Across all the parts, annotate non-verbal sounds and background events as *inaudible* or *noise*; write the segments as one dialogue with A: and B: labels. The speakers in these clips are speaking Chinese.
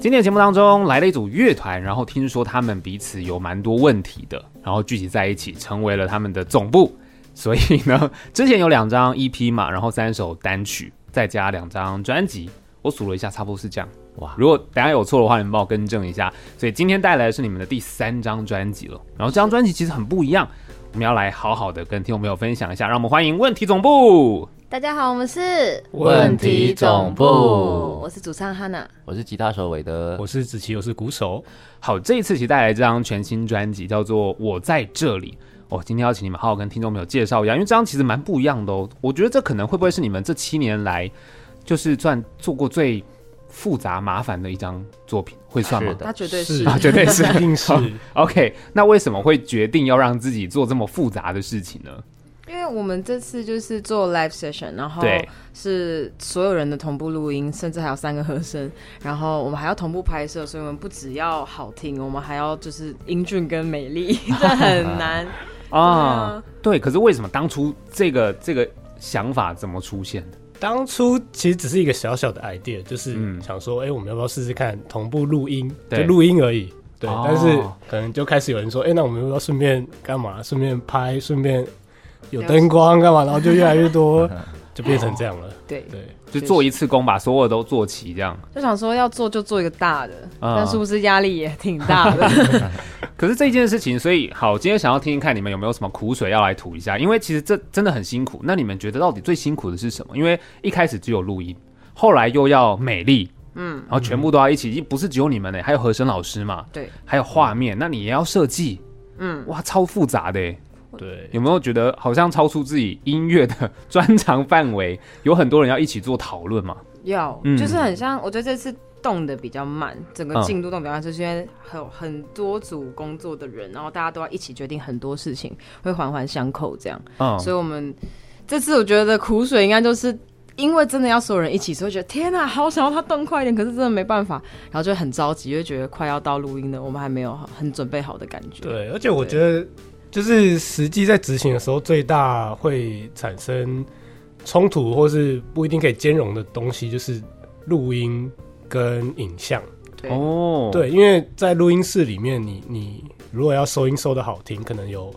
A: 今天的节目当中来了一组乐团，然后听说他们彼此有蛮多问题的，然后聚集在一起成为了他们的总部。所以呢，之前有两张 EP 嘛，然后三首单曲，再加两张专辑，我数了一下，差不多是这样。
B: 哇
A: 如果大家有错的话，你们帮我更正一下。所以今天带来的是你们的第三张专辑了，然后这张专辑其实很不一样，我们要来好好的跟听众朋友分享一下。让我们欢迎问题总部。
C: 大家好，我们是
B: 问题总部
C: 我是主唱 Hanna。
B: 我是吉他手韦德，
D: 我是子琪，我是鼓手。
A: 好，这一次其实带来这张全新专辑叫做《我在这里》。哦，今天要请你们好好跟听众朋友介绍一下，因为这张其实蛮不一样的哦。我觉得这可能会不会是你们这七年来就是算做过最复杂麻烦的一张作品，会算吗
B: 是？的
C: 他绝对是
D: 是
A: 啊，绝对是。 *laughs*
D: 一定是
A: OK，那为什么会决定要让自己做这么复杂的事情呢？
C: 因为我们这次就是做 live session，然后
A: 对
C: 是所有人的同步录音，甚至还有三个和声，然后我们还要同步拍摄，所以我们不只要好听，我们还要就是英俊跟美丽， *laughs* 这很
B: *laughs*
C: 难。
A: 啊，对，可是为什么当初这个这个想法怎么出现的？
D: 当初其实只是一个小小的 idea，就是
A: 嗯
D: 想说，哎、我们要不要试试看同步录音？
A: 对
D: 就录音而已。对，
A: 哦
D: 但是可能就开始有人说，哎、那我们要不要顺便干嘛？顺便拍，顺便有灯光干嘛？然后就越来越多，就变成这样了。
C: 对，
D: 对，
A: 就做一次工，把所有都做齐这样。
C: 就想说要做就做一个大的，
B: 嗯
A: 啊
C: 但是不是压力也挺大的？
A: 可是这件事情，所以好，今天想要听听看你们有没有什么苦水要来吐一下，因为其实这真的很辛苦。那你们觉得到底最辛苦的是什么？因为一开始只有录音，后来又要美丽，嗯，然后全部都要一起，不是只有你们呢，还有和声老师嘛，
C: 对，
A: 还有画面，那你也要设计，嗯，哇，超复杂的耶。
D: 对，
A: 有没有觉得好像超出自己音乐的专长范围？有很多人要一起做讨论嘛？
C: 要，
A: 嗯
C: 就是很像，我觉得这次动的比较慢，整个
A: 嗯
C: 进度动得比较慢，就是因为很很多组工作的人，然后大家都要一起决定很多事情，会环环相扣这样。
D: 哦
A: 嗯，
C: 所以我们这次我觉得苦水应该就是。因为真的要所有人一起，所以觉得天呐，好想要他动快一点，可是真的没办法，然后就很着急，就觉得快要到录音了，我们还没有很准备好的感觉。，
D: 对，而且我觉得，就是实际在执行的时候，最大会产生冲突，或是不一定可以兼容的东西，就是录音跟影像。
C: 对
A: 哦，，
D: 对，因为在录音室里面你，你如果要收音收的好听，可能有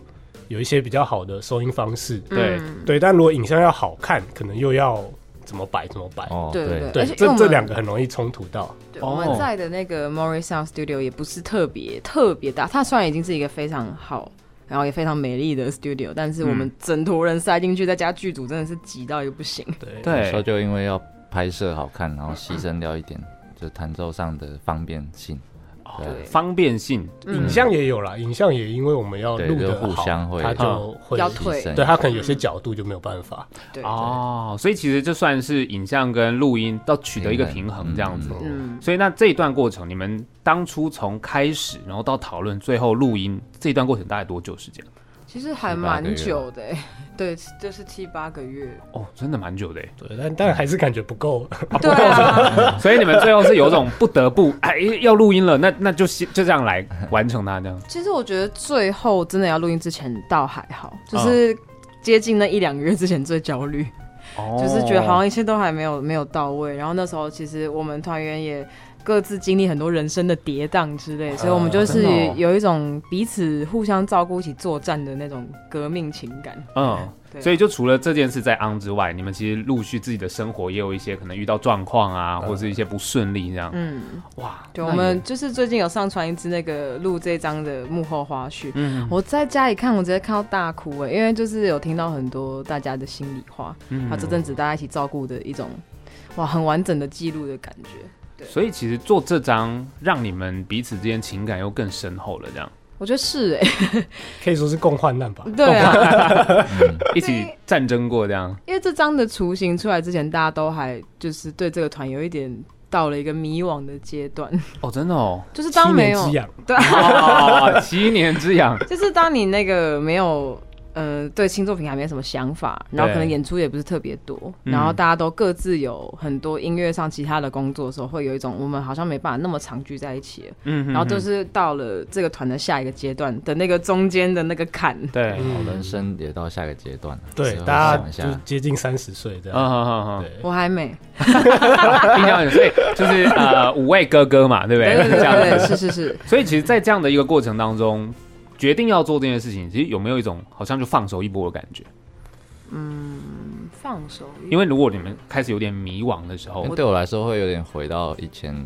D: 有一些比较好的收音方式，
A: 对
D: 对。但如果影像要好看，可能又要怎么摆怎么摆。
B: 哦，
C: 嗯对对
D: 对
C: 而且，因为我
D: 这
C: 们
D: 这两个很容易冲突到。
C: 对，
A: 哦
C: 我们在的那个 Mori Sound Studio 也不是特别特别大，它虽然已经是一个非常好，然后也非常美丽的 studio，但是我们整坨人塞进去，再加剧组，真的是挤到一个不行。
D: 对
B: 有时
A: 对，
B: 候就因为要拍摄好看，然后牺牲掉一点，就弹奏上的方便性，对，
A: 方便性，
D: 影像也有啦，影像也因为我们要
B: 嗯对
D: 录
B: 就
D: 的
B: 互相会哦
D: 它就会
C: 要
B: 牺牲
C: 退
D: 对，它可能有些角度就没有办法。
C: 对，
A: 哦，所以其实就算是影像跟录音到取得一个平衡这样子。
C: 嗯，
A: 所以那这一段过程，你们当初从开始，然后到讨论，最后录音这一段过程大概多久时间？
C: 其实还蛮久的、欸，对，就是七八个
B: *laughs*
C: 月。
A: 哦，真的蛮久 *laughs* 的耶。
D: 对，但但还是感觉不够。
C: 对啊，
A: 所以你们最后是有种不得不哎要录音了，那那就先就这样来完成它这样。
C: 其实我觉得最后真的要录音之前倒还好，就是
B: 啊
C: 接近那一两个月之前最焦虑。
A: 哦
C: 就是觉得好像一切都还没有没有到位。然后那时候其实我们团员也各自经历很多人生的跌宕之类，所以我们就是
A: 呃真的哦
C: 有一种彼此互相照顾、一起作战的那种革命情感。
A: 嗯。
C: 对
A: 所以就除了这件事在 on 之外，你们其实陆续自己的生活也有一些可能遇到状况啊，或者是一些不顺利这样。
C: 嗯，
A: 哇，
C: 对，
A: 那
C: 我们就是最近有上传一支那个录这张的幕后花絮。嗯，我在家里看，我直接看到大哭哎、因为就是有听到很多大家的心里话，
A: 嗯
C: 还有这阵子大家一起照顾的一种，哇，很完整的记录的感觉。
A: 所以其实做这张，让你们彼此之间情感又更深厚了，这样
C: 我觉得是哎、
A: *laughs*
D: 可以说是共患难吧。
C: 对啊，
A: 一起战争过这样。
C: 因为这张的雏形出来之前，大家都还就是对这个团有一点到了一个迷惘的阶
A: *laughs*
C: 段，
A: 哦，真的哦，
C: 就是
D: 七
C: 当没 *laughs*
D: 年
C: 有
D: 之痒，
C: 对啊，
A: 哦七年之痒，
C: 就是当你那个没有呃对新作品还没什么想法，然后
A: 对
C: 可能演出也不是特别多，
A: 嗯
C: 然后大家都各自有很多音乐上其他的工作的时候，会有一种我们好像没办法那么常聚在一起了，
A: 嗯，
C: 然后
A: 嗯
C: 就
A: 嗯
C: 是到了这个团的下一个阶段的那个中间的那个坎，
A: 对，
B: 好人生也到下个阶段了，
D: 嗯对
B: 所以，我
D: 大
B: 想
D: 家
B: 一
D: 就是
B: 下，
D: 接近三十岁这样。
A: 嗯哼哼哼，
D: 对，
C: 我还没，
A: 印象很所以就是呃五位哥哥嘛，对不
C: 对
A: 对？
C: 对对
A: 这样
C: 对，
A: 子，
C: 是是是，
A: 所以其实，在这样的一个过程当中，决定要做这件事情，其实有没有一种好像就放手一搏的感觉？
C: 放手一
A: 因为如果你们开始有点迷惘的时候
B: 因，为对我来说会有点回到以前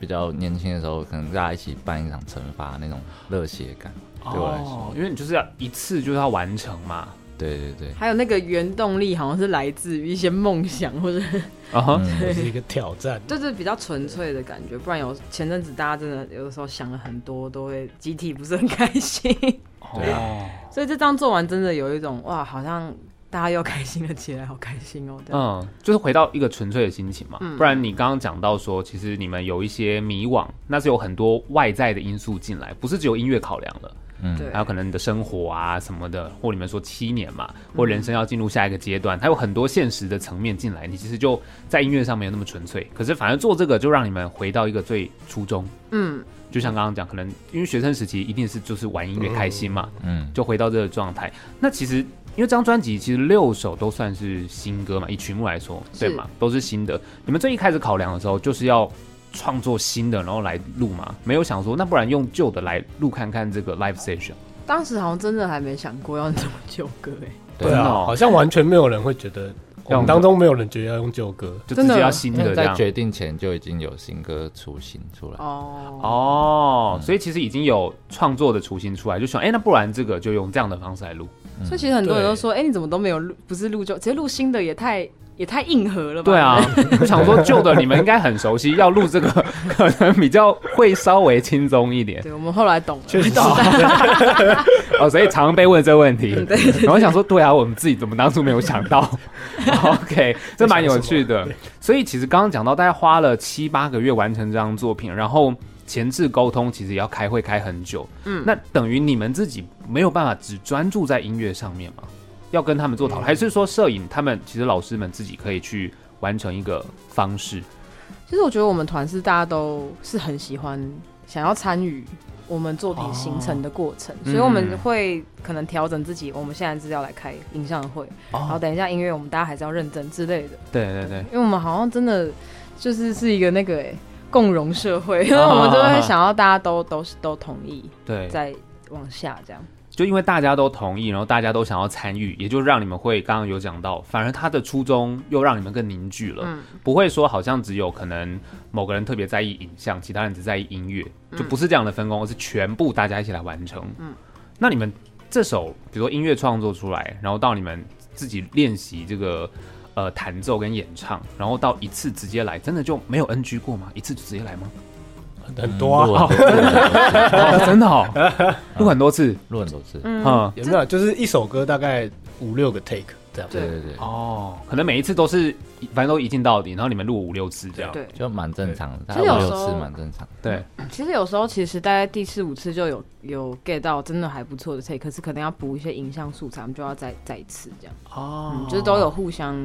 B: 比较年轻的时候，可能大家一起办一场惩罚那种热血感。对我来
A: 哦
B: 说，
A: 因为你就是要一次就是要完成嘛，
B: 对对对，
C: 还有那个原动力好像是来自于一些梦想，或者。
A: 啊哈，
B: 嗯，
D: 是一个挑战
C: 就是比较纯粹的感觉。不然有前阵子大家真的有的时候想了很多，都会集体不是很开心。 *laughs*
B: 对啊
A: 哦，
C: 所以这张做完真的有一种哇，好像大家又开心了起来，好开心哦。对，
A: 嗯，就是回到一个纯粹的心情嘛，
C: 嗯
A: 不然你刚刚讲到说，其实你们有一些迷惘，那是有很多外在的因素进来，不是只有音乐考量了。
C: 对
A: 还有可能你的生活啊什么的，或你们说七年嘛，
C: 嗯
A: 或人生要进入下一个阶段，还有很多现实的层面进来，你其实就在音乐上没有那么纯粹，可是反而做这个就让你们回到一个最初衷，
C: 嗯，
A: 就像刚刚讲，可能因为学生时期一定是就是玩音乐开心嘛，
B: 嗯，
A: 就回到这个状态。那其实因为这张专辑其实六首都算是新歌嘛，以曲目来说，对嘛，都是新的。你们最一开始考量的时候，就是要创作新的，然后来录嘛，没有想说那不然用旧的来录看看这个 live session。
C: 当时好像真的还没想过要这么久歌哎。
D: 对
A: 真
D: 啊
A: 的哦，
D: 好像完全没有人会觉得，我们当中没有人觉得要用旧歌。
A: 就直
C: 真的
A: 接要新
B: 因为
A: 的这
B: 在
C: 啊
A: 样。
B: 决定前就已经有新歌雏形出来。
C: 哦
A: 哦，所以其实已经有创作的雏形出来，就想，哎、那不然这个就用这样的方式来录。
C: 所以其实很多人都说，哎，你怎么都没有录？不是录就直接录新的，也太也太硬核了吧？
A: 对啊， *laughs* 我想说旧的你们应该很熟悉，要录这个可能比较会稍微轻松一点
C: 对，我们后来懂了，
D: 确实是，
A: *laughs* 哦，所以常被问这个问题。
C: 嗯对
A: 然后我想说，对啊，我们自己怎么当初没有想
C: *laughs*
A: 到？OK，这蛮有趣的。所以其实刚刚讲到，大概花了七八个月完成这张作品，然后前置沟通其实也要开会开很久。嗯，那等于你们自己没有办法只专注在音乐上面嘛？要跟他们
C: 嗯
A: 做讨论，还是说摄影他们其实老师们自己可以去完成一个方式？
C: 其实我觉得我们团是大家都是很喜欢，想要参与我们作品形成的过
A: 哦
C: 程，所以我们会可能调整自己。我们现在是要来开影像会，然后等一下音乐，我们大家还是要认真之类的，
A: 对哦对对，
C: 因为我们好像真的就是是一个那个哎、共融社
A: *laughs*
C: 会，因为我们就会想要大家都都是都同意，
A: 对，
C: 再往下这样。
A: 就因为大家都同意，然后大家都想要参与，也就让你们会刚刚有讲到，反而他的初衷又让你们更凝聚了，
C: 嗯
A: 不会说好像只有可能某个人特别在意影像，其他人只在意音乐，
C: 嗯
A: 就不是这样的分工，而是全部大家一起来完成。嗯，那你们这首比如说音乐创作出来，然后到你们自己练习这个呃弹奏跟演唱，然后到一次直接来，真的就没有 NG 过吗？一次就直接来
C: *laughs*
A: 吗？
D: 很多啊，
B: 录很多次
A: 哦、真的
C: *laughs*
A: 哦，录很多次，
B: 录很多次。
C: 嗯，
A: 嗯，
D: 有没有？就是一首歌大概五六个 take 这样。
B: 对对对，
A: 哦，可能每一次都是反正都一镜到底，然后你们录五六次这样。
C: 对。
B: 就蛮正常的，大概
C: 其实有
B: 五
C: 时
B: 六
C: 候
B: 次蛮正常的。
A: 对
C: 其实有时候，其实大概第四五次就有有 get 到真的还不错的 take，可是可能要补一些影像素材，我们就要再再一次这样。
A: 哦
C: 嗯，就是都有互相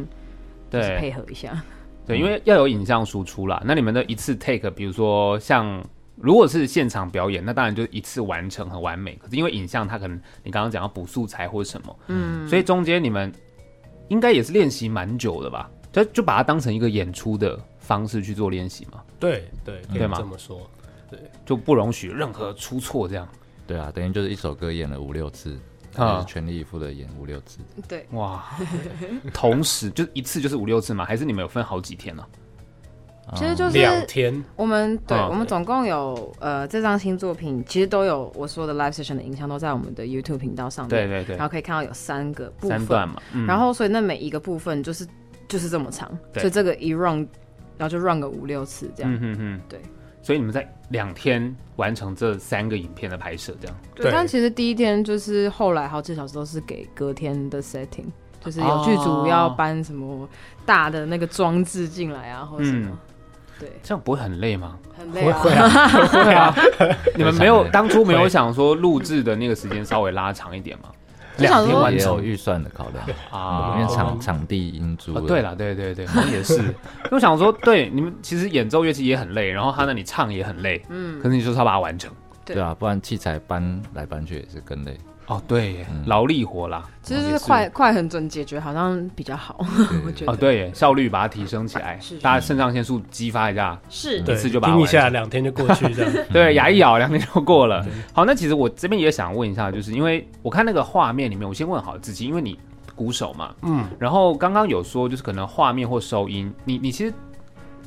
C: 就是
A: 对
C: 配合一
D: *laughs*
C: 下。
A: 对，因为要有影像输出啦。那你们的一次 take，比如说像如果是现场表演，那当然就一次完成很完美。可是因为影像它可能你刚刚讲要补素材或什么，嗯，所以中间你们应该也是练习蛮久的吧？就就把它当成一个演出的方式去做练习嘛，
D: 对对，可以
A: 对吗
D: 这么说。
A: 就不容许任何出错这样。
B: 对啊，等于就是一首歌演了五六次，
A: 啊
B: 就是全力以赴的演五六次。
C: 对，
A: 哇， *laughs* 同时就一次就是五六次嘛？还是你们有分好几天呢、哦
C: 其
B: 啊
C: 实就是
D: 两天，
C: 我们对，
A: 嗯
C: 我们总共有呃这张新作品，其实都有我说的 live session 的影像都在我们的 YouTube 频道上面，
A: 对对对
C: 然，后可以看到有三个部分，
A: 三段嘛，嗯
C: 然后所以那每一个部分就是就是这么长，
A: 对
C: 所以这个一 run，然后就 run 个五六次这
A: 嗯
C: 样。
A: 哼哼，
C: 对。
A: 所以你们在两天完成这三个影片的拍摄，这样
C: 对，
D: 对
C: 但其实第一天就是后来好几小时都是给隔天的 setting，就是有剧
A: 哦
C: 组要搬什么大的那个装置进来啊，或者什
A: 嗯
C: 么，对，
A: 这样不会很累
C: *laughs*
A: 吗？
C: 很累
D: 会
C: 啊
D: 会。啊，
C: *laughs*
A: 对啊，你们没有
B: 非常累
A: 当初没有想说录制的那个时间稍微拉长一点吗？
C: 就
A: 两
C: 想
A: 天
C: 说
A: 完
B: 也有
A: 成
B: 预算的考量，
A: *laughs* 啊
B: 因为
D: 哦
B: 场场地因租
A: 哦，
B: 的。
A: 对了，对对
C: *laughs*
A: 对，好像也是。因为我想说，对你们其实演奏乐器也很累，然后他那里唱也很累，嗯，可是你就是要把它完成。
C: 对
B: 对啊，不然器材搬来搬去也是更累。
A: 哦，对耶，
B: 嗯
A: 劳力活啦，
C: 其实
A: 哦
C: 就
A: 也
C: 是快快很准解决，好像比较好， *laughs* 我觉
A: 哦，
C: 得
A: 对耶，效率把它提升起来
C: 是，是
A: 大家肾上腺素激发一下，
C: 是
A: 嗯
D: 对，
A: 一次就把它
D: 听一
A: 完
D: 下，
A: 成
D: 两天就过去这样。
A: 对，牙一咬，两天就过了。 *laughs* 好，那其实我这边也想问一下，就是因为我看那个画面里面，我先问好自己，因为你鼓手嘛，
D: *laughs* 嗯，
A: 然后刚刚有说就是可能画面或收音，你你其实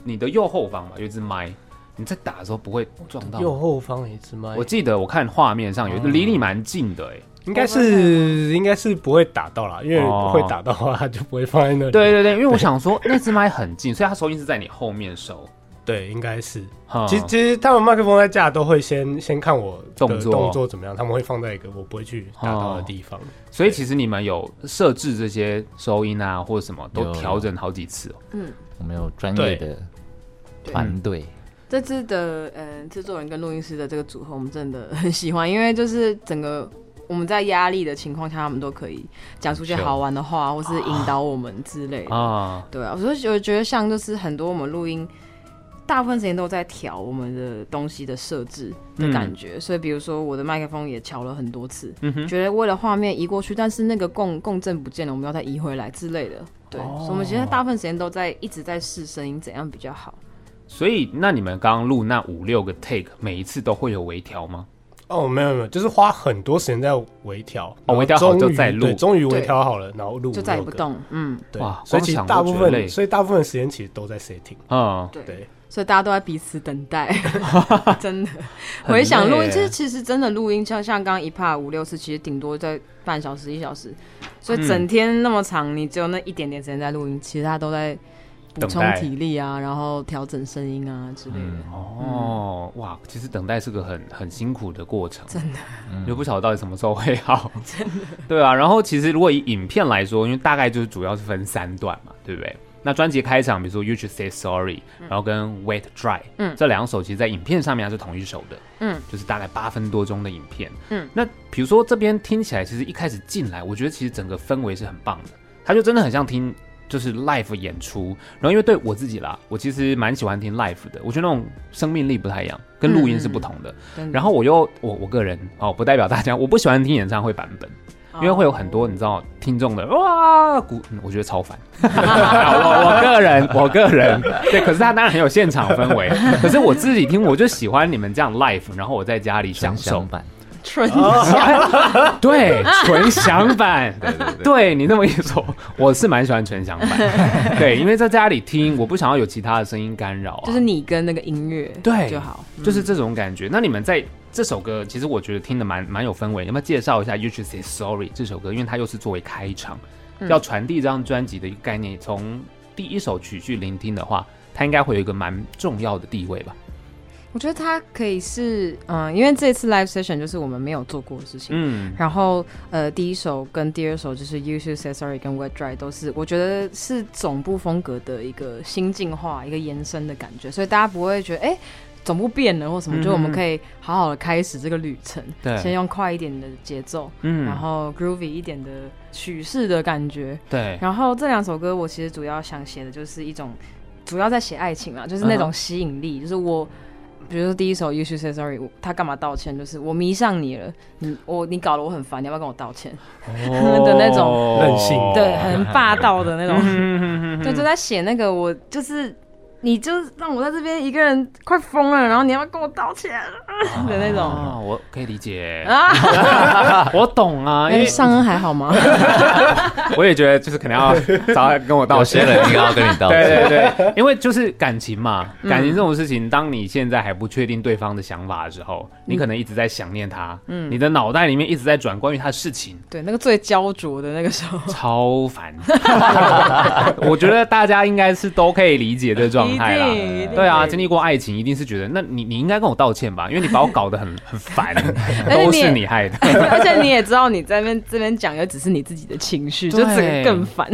A: 你的右后方嘛有一支麦，你在打的时候不会撞到吗。
D: 右后方有一只麦
A: 我，记得我看画面上有一个离你蛮近的、欸，
D: 应该是应该是不会打到啦，因为
A: 哦
D: 会打到的话，它就不会放在那里。
A: 对对对，因为我想说那只麦很近，所以它收音是在你后面收。
D: 对，应该是。
A: 哼
D: 其实其实他们麦克风在架都会先先看我的
A: 动作
D: 动作怎么哦样，他们会放在一个我不会去打到的地方。
A: 所以其实你们有设置这些收音啊，或者什么都
B: 有
A: 调整好几次、哦。
B: 我们有专业
D: 对
B: 的团队，
A: 嗯
C: 这支的嗯、呃制作人跟录音师的这个组合，我们真的很喜欢，因为就是整个我们在压力的情况下，他们都可以讲出一些
B: 是
C: 好玩的话，或是引导我们之类的。
A: 啊，
C: 对啊，我就我觉得像就是很多我们录音，大部分时间都在调我们的东西的设置的感觉，所以比如说我的麦克风也调了很多次，
A: 嗯哼，
C: 觉得为了画面移过去，但是那个共共振不见了，我们要再移回来之类的。对，所以我们其实大部分时间都在一直在试声音怎样比较好。
A: 所以那你们刚刚录那五六个 take，每一次都会有微调吗？
D: 哦，没有没有，就是花很多时间在微调，
A: 哦微调好就再录
D: 对，终于微
C: 对
D: 调好了，然后录
C: 就再也不
D: 五六个。
C: 动，嗯，
D: 对
A: 哇，
D: 所以其
A: 光想
D: 实大
A: 都
D: 部
A: 觉得累
D: 分，所以大部分时间其实都在 setting。
A: 嗯，
C: 对，
D: 对，
C: 所以大家都在彼此等 *laughs* 待，真的。回想录音，其实其实真的录音，像像刚刚一帕五六次，其实顶多在半小时一小时，所以整天那么长，你只有那一点点时间在录音，其他都在补
A: 等
C: 充
A: 待
C: 体力啊，然后调整声音啊之类的。
A: 哦，哇，其实等待是个很很辛苦的过程，真的，就
C: 嗯
A: 不晓得到底什么时候会
C: *laughs*
A: 好，真的，对啊。然后其实如果以影片来说，因为大概就是主要是分三段嘛，对不对？那专辑开场，比如说《You Should Say Sorry》，然后跟《Wet Dry》，
C: 嗯
A: 这两首其实，在影片上面它是同一首的，
C: 嗯，
A: 就是大概八分多钟的影片，
C: 嗯。
A: 那比如说这边听起来，其实一开始进来，我觉得其实整个氛围是很棒的，它就真的很像听就是 live 演出。然后因为对我自己啦，我其实蛮喜欢听 live 的，我觉得那种生命力不太一样，
C: 嗯
A: 跟录音是不同的。
C: 真的
A: 然后我又我我个人哦，不代表大家，我不喜欢听演唱会版本，
C: 哦
A: 因为会有很
C: 啊
A: 多你知道听众的哇鼓，嗯我觉得超烦。 *laughs* 我我个人我个人对，可是他当然很有现场氛围，可是我自己听我就喜欢你们这样 live，然后我在家里享
B: 想
A: 受
B: 相。反，
C: *laughs* 纯
A: 对，纯享版。
B: *laughs* 对对对，
A: 对你那么一说，我是蛮喜欢纯享版。对，因为在家里听，我不想要有其他的声音干扰啊。
C: 就是你跟那个音乐
A: 对
C: 就好，
A: 就是这种感觉。那你们在这首歌，其实我觉得听的蛮蛮有氛围。要不要介绍一下《You Should Say Sorry》这首歌？因为它又是作为开场，
C: 嗯
A: 要传递这张专辑的一个概念。从第一首曲去聆听的话，它应该会有一个蛮重要的地位吧？
C: 我觉得它可以是，嗯，因为这次 live session 就是我们没有做过的事情，
A: 嗯，
C: 然后呃，第一首跟第二首就是《You Should Say Sorry》跟《Wet Dry》都是我觉得是总部风格的一个新进化、一个延伸的感觉，所以大家不会觉得哎。诶总部变了或什么，
A: 嗯
C: 就我们可以好好的开始这个旅程，
A: 对
C: 先用快一点的节奏，
A: 嗯
C: 然后 groovy 一点的曲式的感觉，
A: 对，
C: 然后这两首歌我其实主要想写的就是一种，主要在写爱情啦，就是
A: 嗯
C: 那
A: 哼
C: 种吸引力，就是我。比如说第一首《You Should Say Sorry》，我他干嘛道歉？就是我迷上你了，你我你搞得我很烦，你要不要跟我道歉？ *laughs* 的那种
A: 哦
D: 任性
C: 对，很霸道的那种。
A: 嗯
C: 对，就在写那个我就是，你就是让我在这边一个人快疯了，然后你要不要跟我道歉的那种。
A: 啊，我可以理解
C: *laughs* 啊，
A: 我懂啊，因
C: 哎，
A: 为
C: 尚恩还好吗？ *laughs*
A: 我也觉得就是可能要找他跟我道
B: 有些
A: 歉。
B: 人应该要跟你道
A: *laughs* 对
B: 歉，
A: 对
C: *laughs*
A: 对，因为就是感情嘛，
C: 嗯
A: 感情这种事情，当你现在还不确定对方的想法的时候，
C: 嗯
A: 你可能一直在想念他，嗯，你的脑袋里面一直在转关于他的事
C: *laughs*
A: 情，
C: 对，那个最焦灼的那个时候，
A: 超
C: *laughs*
A: 烦。我觉得大家应该是都可以理解这状
C: 一
A: 态啦。
C: 定一定。
A: 对啊，经历过爱情，一定是觉得，那你你应该跟我道歉吧，因为你把我搞得很很
C: *laughs*
A: 烦，都是你害的。
C: 而且你也知道，你在那边这边讲，又只是你自己的情绪，就
A: 对
C: 整个更烦。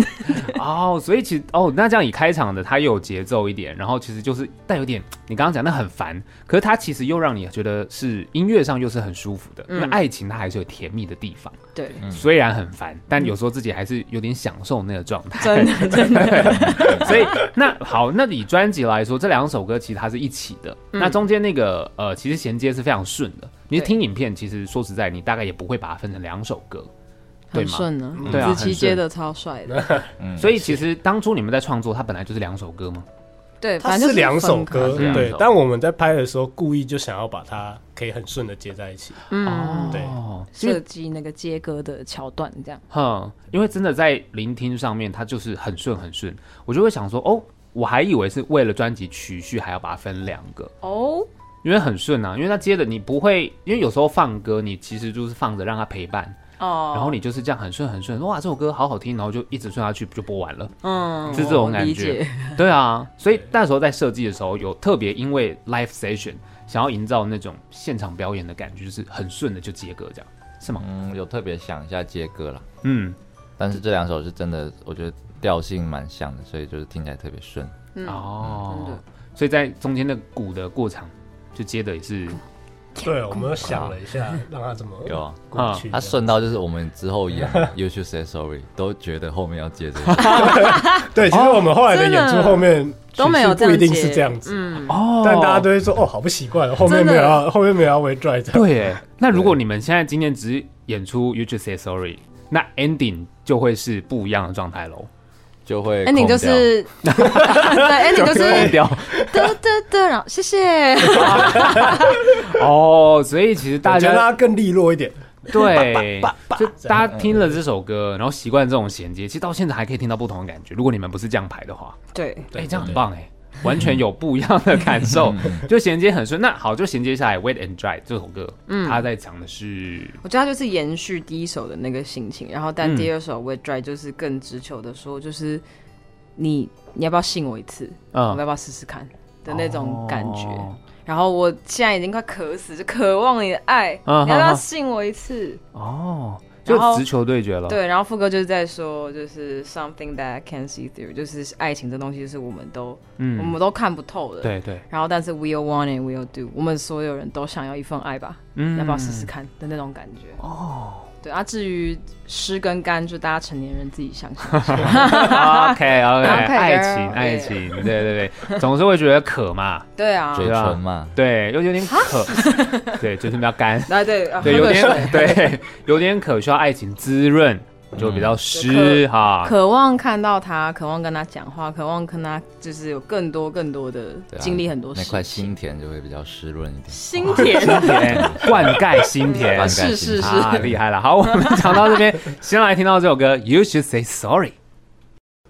A: 哦，所以其实哦，那这样以开场的它又有节奏一点，然后其实就是带有点你刚刚讲的很烦，可是它其实又让你觉得是音乐上又是很舒服的，因为
C: 嗯
A: 爱情它还是有甜蜜的地方，
C: *laughs* 对，
B: 嗯
A: 虽然很烦，
C: 嗯
A: 但有时候自己还是有点享受那个状态。
C: 真 *laughs* 的真的，
A: 所以那好，那以专辑来说，这两首歌其实它是一起的，
C: 嗯
A: 那中间那个呃，其实衔接是非常顺的。你
C: 对
A: 听影片，其实说实在，你大概也不会把它分成两首歌。对
C: 很
A: 嘛
C: 顺呢。
A: 对啊很
C: 子
A: 顺
C: 琪接的超帅的，
B: 嗯
A: 所以其实当初你们在创作，它本来就是两首歌吗？
C: 对，
D: 它
C: 反正
D: 是
C: 就是
D: 两首
C: 分开
D: 歌，
B: 是两
D: 对
B: 首，
D: 但我们在拍的时候故意就想要把它可以很顺的接在一起。
C: 嗯，
D: 对
A: 哦，因为
C: 设计那个接歌的桥段这样。
A: 哼，因为真的在聆听上面，它就是很顺很顺，我就会想说，哦，我还以为是为了专辑曲序还要把它分两个，
C: 哦，
A: 因为很顺啊，因为它接的你不会，因为有时候放歌，你其实就是放着让它陪伴，
C: 哦，
A: 然后你就是这样很顺很顺，哇，这首歌好好听，然后就一直顺下去就播完了。
C: 嗯，
A: 是这种
C: 我
A: 感
C: 理
A: 觉
C: 解，
A: 对啊，所以那时候在设计的时候，有特别因为 live session 想要营造那种现场表演的感觉，就是很顺的就接歌这样，是吗？
B: 嗯有特别想一下接歌啦，
A: 嗯，
B: 但是这两首是真的，我觉得调性蛮像的，所以就是听起来特别顺。
C: 嗯真
A: 哦
C: 的，
A: 所以在中间的鼓的过场就接的也是
D: 对，我们又想了一下，让它怎么
B: 有啊，
D: 过去。
B: 它顺到就是我们之后演 You Should Say Sorry 都觉得后面要接这个。
C: *laughs*
D: 对，其实
C: 哦
D: 我们后来的演
C: 真
D: 出
C: 的
D: 后面
C: 都没有
D: 其实
C: 这
D: 不
C: 样
D: 一
C: 接
D: 定是这样子，
C: 嗯，
A: 哦
D: 但大家都会说哦，好不习惯哦，后面
C: 真的
D: 没有要，后面没有要 w 拽 d 这样。
A: 对耶。那如果你们现在今天只演出 You Just Say Sorry，那 ending 就会是不一样的状态喽。
B: 就会
C: ending 就
B: 空掉
C: 是， *laughs* 对，ending 就
A: 空
C: 是
A: 掉
C: 得得得，然后谢 *laughs* 谢，
A: 哦，所以其实大
D: 我觉得
A: 家
D: 让它更利落一点，
A: 对，就
D: 这样
A: 大家听了这首歌，然后习惯这种衔接，其实到现在还可以听到不同的感觉。如果你们不是这样排的话，
C: 对，
A: 哎、这样很棒哎、完全有不一样的感受，就衔接很顺。那好，就衔接下来《Wait and Dry》这首歌，嗯，他在讲的是，
C: 我觉得他就是延续第一首的那个心情，然后但
A: 嗯
C: 第二首《w e Dry》就是更直球的说，就是你你要不要信我一次，我们
A: 嗯
C: 要不要试试看的那种感觉。
A: 哦
C: 然后我现在已经快渴死，就渴望你的爱，
A: 嗯
C: 你要
A: 好
C: 不
A: 好
C: 要信我一次？
A: 哦，就
C: 然后
A: 直球对决了，
C: 对，然后副歌就是在说，就是 something that I can see through，就是爱情这东西就是我们都、我
A: 嗯，
C: 们都看不透的。。
A: 对
C: *laughs*
A: 对，
C: 然后，但是 we'll want it, we'll do，我们所有人都想要一份爱吧？
A: 嗯
C: 要不要试试？看的那种感觉？
A: 哦。
C: 对啊，至于湿跟干，就大家成年人自己想象。
A: *laughs* OK OK，爱情
C: girl，
A: 爱情，对对对，总是会觉得渴嘛，
C: 对啊，
B: 嘴唇嘛，
A: 对，又有点
C: *laughs*
A: 渴，对，就是比较干，
C: 啊对，啊
A: 对，
C: 喝
A: 有
C: *laughs* 个水
A: 点对，有点渴，需要爱情滋润，就比较湿哈。
C: 渴望看到他，渴望跟他讲话，渴望跟他就是有更多更多的
B: 对啊
C: 经历很多
B: 那
C: 事
B: 块
C: 情。
B: 心田就会比较湿润一点。
C: 心田
A: 甜灌溉心田
B: 灌溉
C: *laughs* 是是
B: 心
C: 是，
A: *laughs* 啊，厉害了！好，我们讲到这边，先来听到这首歌《You Should Say Sorry》。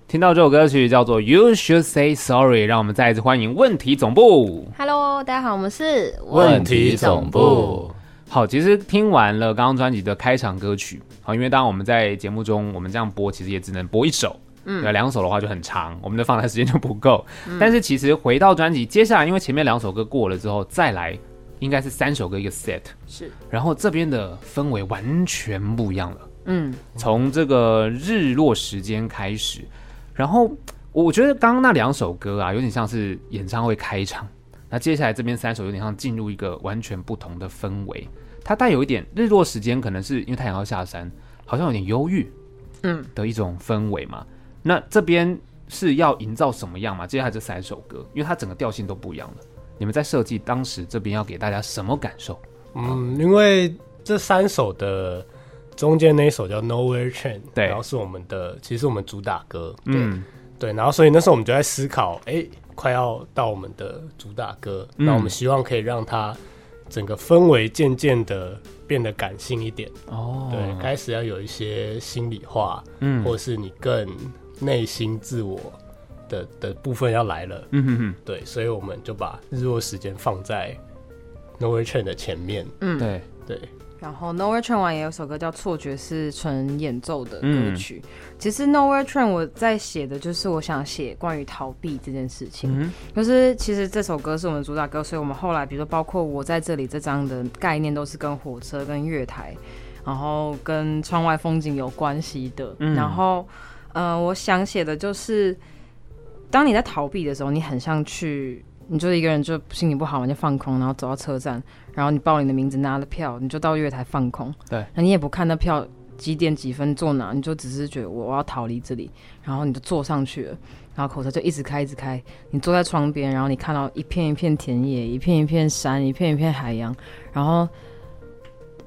A: 听到这首歌曲叫做《You Should Say Sorry》，让我们再一次欢迎问题总部。
E: Hello，大家好，我们是
D: 问题总部，
A: 好，其实听完了刚刚专辑的开场歌曲，好，因为当然我们在节目中我们这样播，其实也只能播一首，嗯，两首的话就很长，我们的放台时间就不够。但是其实回到专辑，接下来因为前面两首歌过了之后，再来应该是三首歌一个 set，
C: 是，
A: 然后这边的氛围完全不一样了。
C: 嗯，
A: 从这个日落时间开始，然后我觉得刚刚那两首歌啊，有点像是演唱会开场，那接下来这边三首有点像进入一个完全不同的氛围，它带有一点日落时间，可能是因为太阳要下山，好像有点忧郁，
C: 嗯
A: 的一种氛围嘛。那这边是要营造什么样嘛？接下来这三首歌，因为它整个调性都不一样了。你们在设计当时这边要给大家什么感受？
D: 嗯，因为这三首的中间那一首叫 Nowhere Chain，
A: 对
D: 然后是我们的，其实是我们主打歌，
A: 嗯，
D: 对，然后所以那时候我们就在思考，哎、快要到我们的主打歌，
A: 嗯
D: 那我们希望可以让它整个氛围渐渐的变得感性一点，
A: 哦
D: 对，开始要有一些心里话，
A: 嗯
D: 或是你更内心自我的的部分要来了，
A: 嗯哼哼，
D: 对，所以我们就把日落时间放在 Nowhere Chain 的前面，
C: 嗯
A: 对，
D: 对，
C: 然后 Nowhere Train 完也有首歌叫《错觉》，是纯演奏的
A: 嗯
C: 歌曲。其实 Nowhere Train 我在写的就是我想写关于逃避这件事情，
A: 嗯
C: 就是其实这首歌是我们主打歌，所以我们后来比如说包括我在这里这张的概念都是跟火车、跟月台，然后跟窗外风景有关系的。
A: 嗯
C: 然后呃，我想写的就是，当你在逃避的时候，你很像去，你就是一个人就心情不好嘛，就放空，然后走到车站，然后你报你的名字，拿了票，你就到月台放空，
A: 对，
C: 那你也不看那票几点几分坐哪，你就只是觉得我我要逃离这里，然后你就坐上去了。然后口罩就一直开，一直开。你坐在窗边，然后你看到一片一片田野，一片一片山，一片一片海洋。然后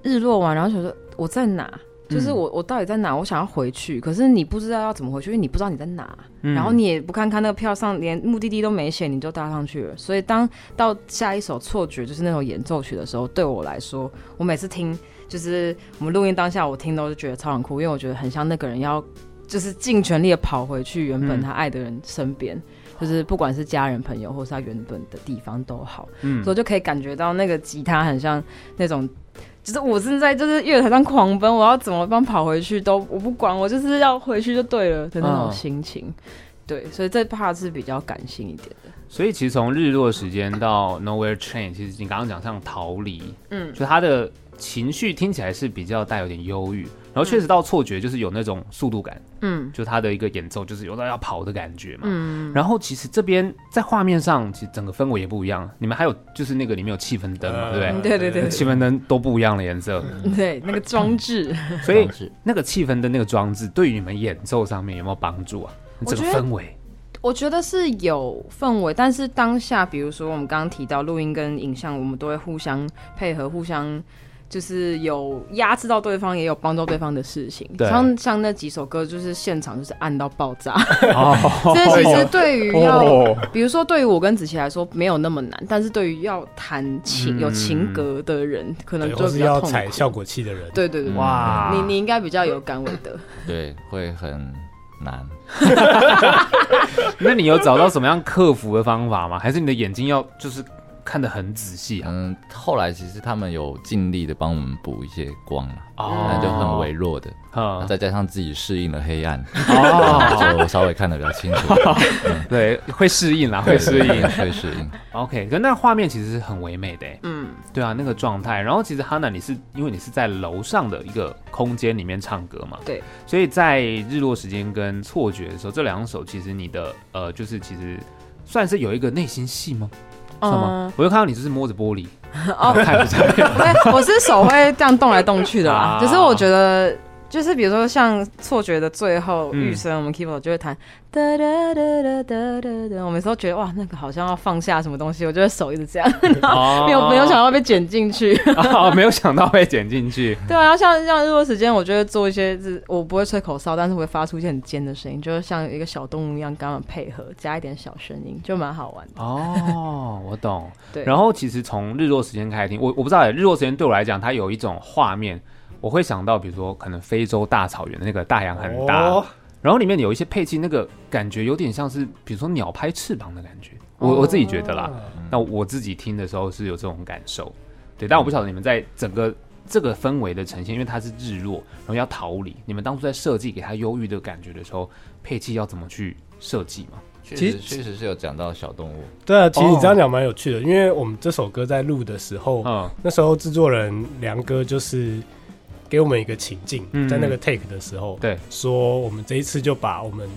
C: 日落完，然后想说我在哪？就是我我到底在哪？我想要回去，可是你不知道要怎么回去，因为你不知道你在哪，然
A: 嗯
C: 后你也不看看那个票上连目的地都没写，你就搭上去了。所以当到下一首错觉就是那首演奏曲的时候，对我来说，我每次听就是我们录音当下，我听都是觉得超想哭，因为我觉得很像那个人要就是尽全力的跑回去原
A: 嗯
C: 本他爱的人身边。就是不管是家人、朋友，或是他原本的地方都好，
A: 嗯
C: 所以我就可以感觉到那个吉他很像那种就是我正在就是月台上狂奔，我要怎么帮跑回去都我不管，我就是要回去就对了的
A: 嗯
C: 那种心情。对，所以这怕是比较感性一点的。
A: 所以其实从日落时间到 Nowhere Train，其实你刚刚讲像逃离，
C: 嗯
A: 就他的情绪听起来是比较带有点忧郁，然后确实到错觉就是有那种速度感，
C: 嗯
A: 就他的一个演奏就是有到要跑的感觉嘛。
C: 嗯，
A: 然后其实这边在画面上，其实整个氛围也不一样。你们还有就是那个里面有气氛灯嘛，对不
C: 嗯
A: 对？
C: 对对对
A: 那气氛灯都不一样的颜色，
C: 对，那个装置，
A: 所以
B: 方式
A: 那个气氛灯那个装置对于你们演奏上面有没有帮助啊？
C: 我
A: 整个
C: 觉得
A: 氛围，
C: 我觉得是有氛围，但是当下，比如说我们刚刚提到录音跟影像，我们都会互相配合，互相。就是有压制到对方，也有帮助对方的事情。
A: 对
C: 像像那几首歌，就是现场就是按到爆
A: *laughs*
C: 炸。
B: *laughs*
A: 哦，
C: 所以其实对于要，比如说对于我跟子琪来说没有那么难，但是对于要弹琴
A: 嗯
C: 有情格的人，可能
D: 对，
C: 就
D: 或
C: 比
D: 是
C: 较
D: 要
C: 痛
D: 踩
C: 苦。
D: 效果器的人，
C: 对对对，
A: 哇，
C: 哇，你你应该比较有感为的。
B: 对，会很难。
A: 那你有找到什么样克服的方法吗？还是你的眼睛要就是看得很仔细啊？
B: 嗯，后来其实他们有尽力的帮我们补一些光啊，
A: 哦
B: 但就很微弱的，
A: 嗯
B: 再加上自己适应了黑暗，
A: 哦，
B: 所以我稍微看得比较清楚，
A: *laughs* 对，会适应啦，会适
B: 对
A: 应。
B: 会适应。
A: OK，可那画面其实是很唯美的欸，
C: 嗯，
A: 对啊，那个状态。然后其实 Hanna，你是因为你是在楼上的一个空间里面唱歌嘛，
C: 对，
A: 所以在日落时间跟错觉的时候，这两首其实你的呃，就是其实算是有一个内心戏吗？算吗？我就看到你就是摸着玻璃，
C: 嗯哦
A: 看不出来。
C: 对，我是手会这样动来动去的啦
A: 啊。
C: 只是我觉得，就是比如说像错觉的最后
A: 嗯
C: 预声，我们 keyboard 就会弹哒哒哒哒哒哒哒。我每次都觉得哇，那个好像要放下什么东西，我就会手一直这样，
A: 哦
C: *laughs* *laughs* 没有没有想到被剪进去。
A: 到， *laughs* 没有想到被剪进去。
C: 对啊，然后像像日落时间，我就会做一些是，我不会吹口哨，但是会发出一些很尖的声音，就是像一个小动物一样跟他们配合，加一点小声音，就蛮好玩的。
A: 哦，我懂。
C: 对
A: 然后其实从日落时间开始听，我我不知道欸，日落时间对我来讲，它有一种画面，我会想到，比如说可能非洲大草原的那个大洋很大，
D: 哦
A: 然后里面有一些配器，那个感觉有点像是，比如说鸟拍翅膀的感觉，我、我自己觉得啦。那我自己听的时候是有这种感受，对。但我不晓得你们在整个这个氛围的呈现，因为它是日落，然后要逃离，你们当初在设计给它忧郁的感觉的时候，配器要怎么去设计嘛？
B: 确
D: 其
B: 实
D: 实
B: 确实是有讲到小动物，
D: 对啊，其实你
C: 哦
D: 这样讲蛮有趣的，因为我们这首歌在录的时候，
A: 嗯，
D: 那时候制作人梁哥就是给我们一个情境，
A: 嗯
D: 在那个 take 的时候，
A: 对，
D: 说我们这一次就把我们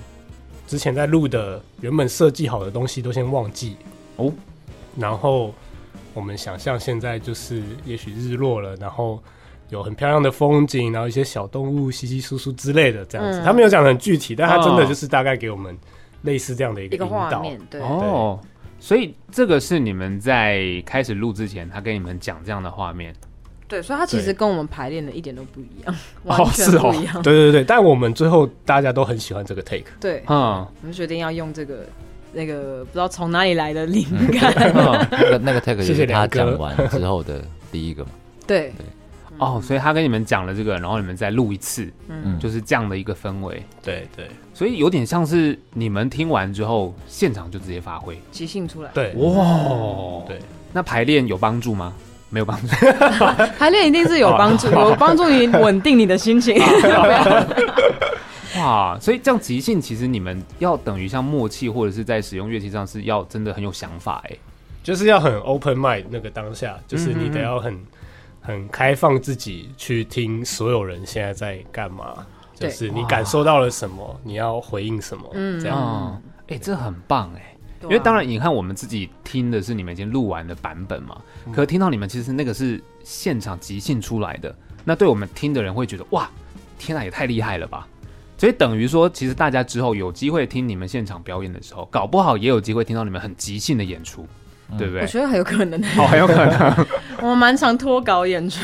D: 之前在录的原本设计好的东西都先忘记
A: 哦，
D: 然后我们想象现在就是也许日落了，然后。有很漂亮的风景，然后一些小动物稀稀疏疏之类的，这样子。
C: 嗯
D: 他没有讲得很具体，但他真的
A: 哦
D: 就是大概给我们类似这样的一个
C: 一个
D: 引
C: 画
D: 导。
C: 面，对，
A: 哦，所以这个是你们在开始录之前，他跟你们讲这样的画面。
C: 对，所以它其实
D: 对
C: 跟我们排练的一点都不一样，
A: 哦
C: 完全
A: 是哦
C: 不一样。
D: 对对对，但我们最后大家都很喜欢这个 take。
C: 对，
A: 嗯，
C: 我们决定要用这个那个不知道从哪里来的灵感。
A: 嗯
B: 那个那个 tag
D: 谢
B: 也
D: 谢
B: 是他
D: 梁哥
B: 讲完之后的第一个嘛，
C: *laughs* 对，嗯
A: 哦，所以他跟你们讲了这个，然后你们再录一次，
B: 嗯，
A: 就是这样的一个氛围。
D: 对对
A: 所以有点像是你们听完之后，现场就直接发挥。
C: 即兴出来，
D: 对，
A: 哇，
D: 对，
A: 那排练有帮助吗？没有帮助。
C: *laughs* 排练一定是有帮助，
A: 哦
C: 有帮助你稳定你的心情。
A: 哇，所以这样即兴，其实你们要等于像默契，或者是在使用乐器上是要真的很有想法哎、
D: 就是要很 open mind 那个当
C: 嗯
D: 下，就是你得要很很开放自己去听所有人现在在干嘛，就
C: 对
D: 是你感受到了什么，你要回应什么，
C: 嗯
D: 这样。
A: 嗯，哎、这很棒哎、
C: *laughs* 对
A: 因
C: 啊
A: 为当然，你看我们自己听的是你们已经录完的版本嘛，
C: 嗯
A: 可是听到你们其实那个是现场即兴出来的，那对我们听的人会觉得哇，天啊哪，也太厉害了吧！所以等于说，其实大家之后有机会听你们现场表演的时候，搞不好也有机会听到你们很即兴的演出，对不
C: 我
A: 对？
C: 觉得很有可能，
A: 哦，很有可能，
C: *laughs* 我蛮常脱稿演出。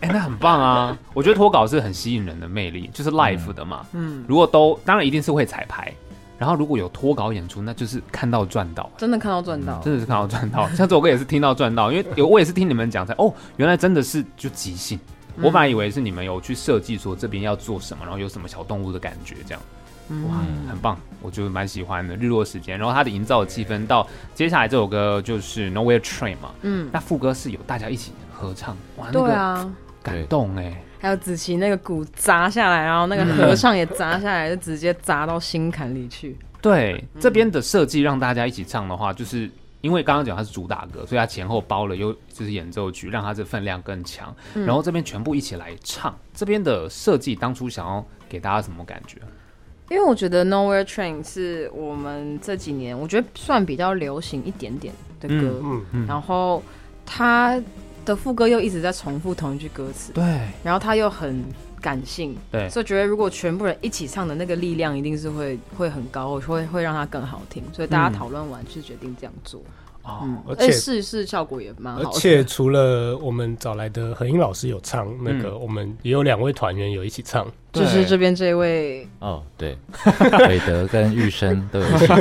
A: 哎、那很棒啊！我觉得脱稿是很吸引人的魅力，就是 live 的嘛。嗯，如果都当然一定是会彩排，然后如果有脱稿演出，那就是看到赚到。
C: 真的看到赚到，
A: 真的是看到赚到。 *laughs* 上次我哥也是听到赚到，因为有我也是听你们讲才哦，原来真的是就即兴。
C: 嗯
A: 我本来以为是你们有去设计说这边要做什么，然后有什么小动物的感觉这样。嗯
C: 嗯
A: 哇，很棒，我觉得蛮喜欢的。日落时间，然后它的营造的气氛到接下来这首歌就是 Nowhere Train 嘛，
C: 嗯，
A: 那副歌是有大家一起合唱，哇，那
C: 对
A: 个
C: 啊，
A: 感动哎，
C: 还有子琪那个鼓砸下来，然后那个和尚也砸下来，就直接砸到心坎里去。
A: 对，这边的设计让大家一起唱的话，就是因为刚刚讲它是主打歌，所以它前后包了有就是演奏曲，让它这分量更强。
C: 嗯
A: 然后这边全部一起来唱，这边的设计当初想要给大家什么感觉？
C: 因为我觉得 Nowhere Train 是我们这几年我觉得算比较流行一点点的歌，
D: 嗯，
C: 然后它的副歌又一直在重复同一句歌词，
A: 对
C: 然后它又很感性，
A: 对
C: 所以觉得如果全部人一起唱的那个力量一定是会会很高，会会让它更好听，所以大家讨论完就决定这样做，
A: 哦，
C: 嗯，
D: 而且
C: 且试试效果也蛮
D: 而
C: 好的，
D: 且除了我们找来的何英老师有唱那个，
C: 嗯
D: 我们也有两位团员有一起唱。
A: 对
C: 就是这边这位
B: 哦，对，韦德跟玉生都有一起唱，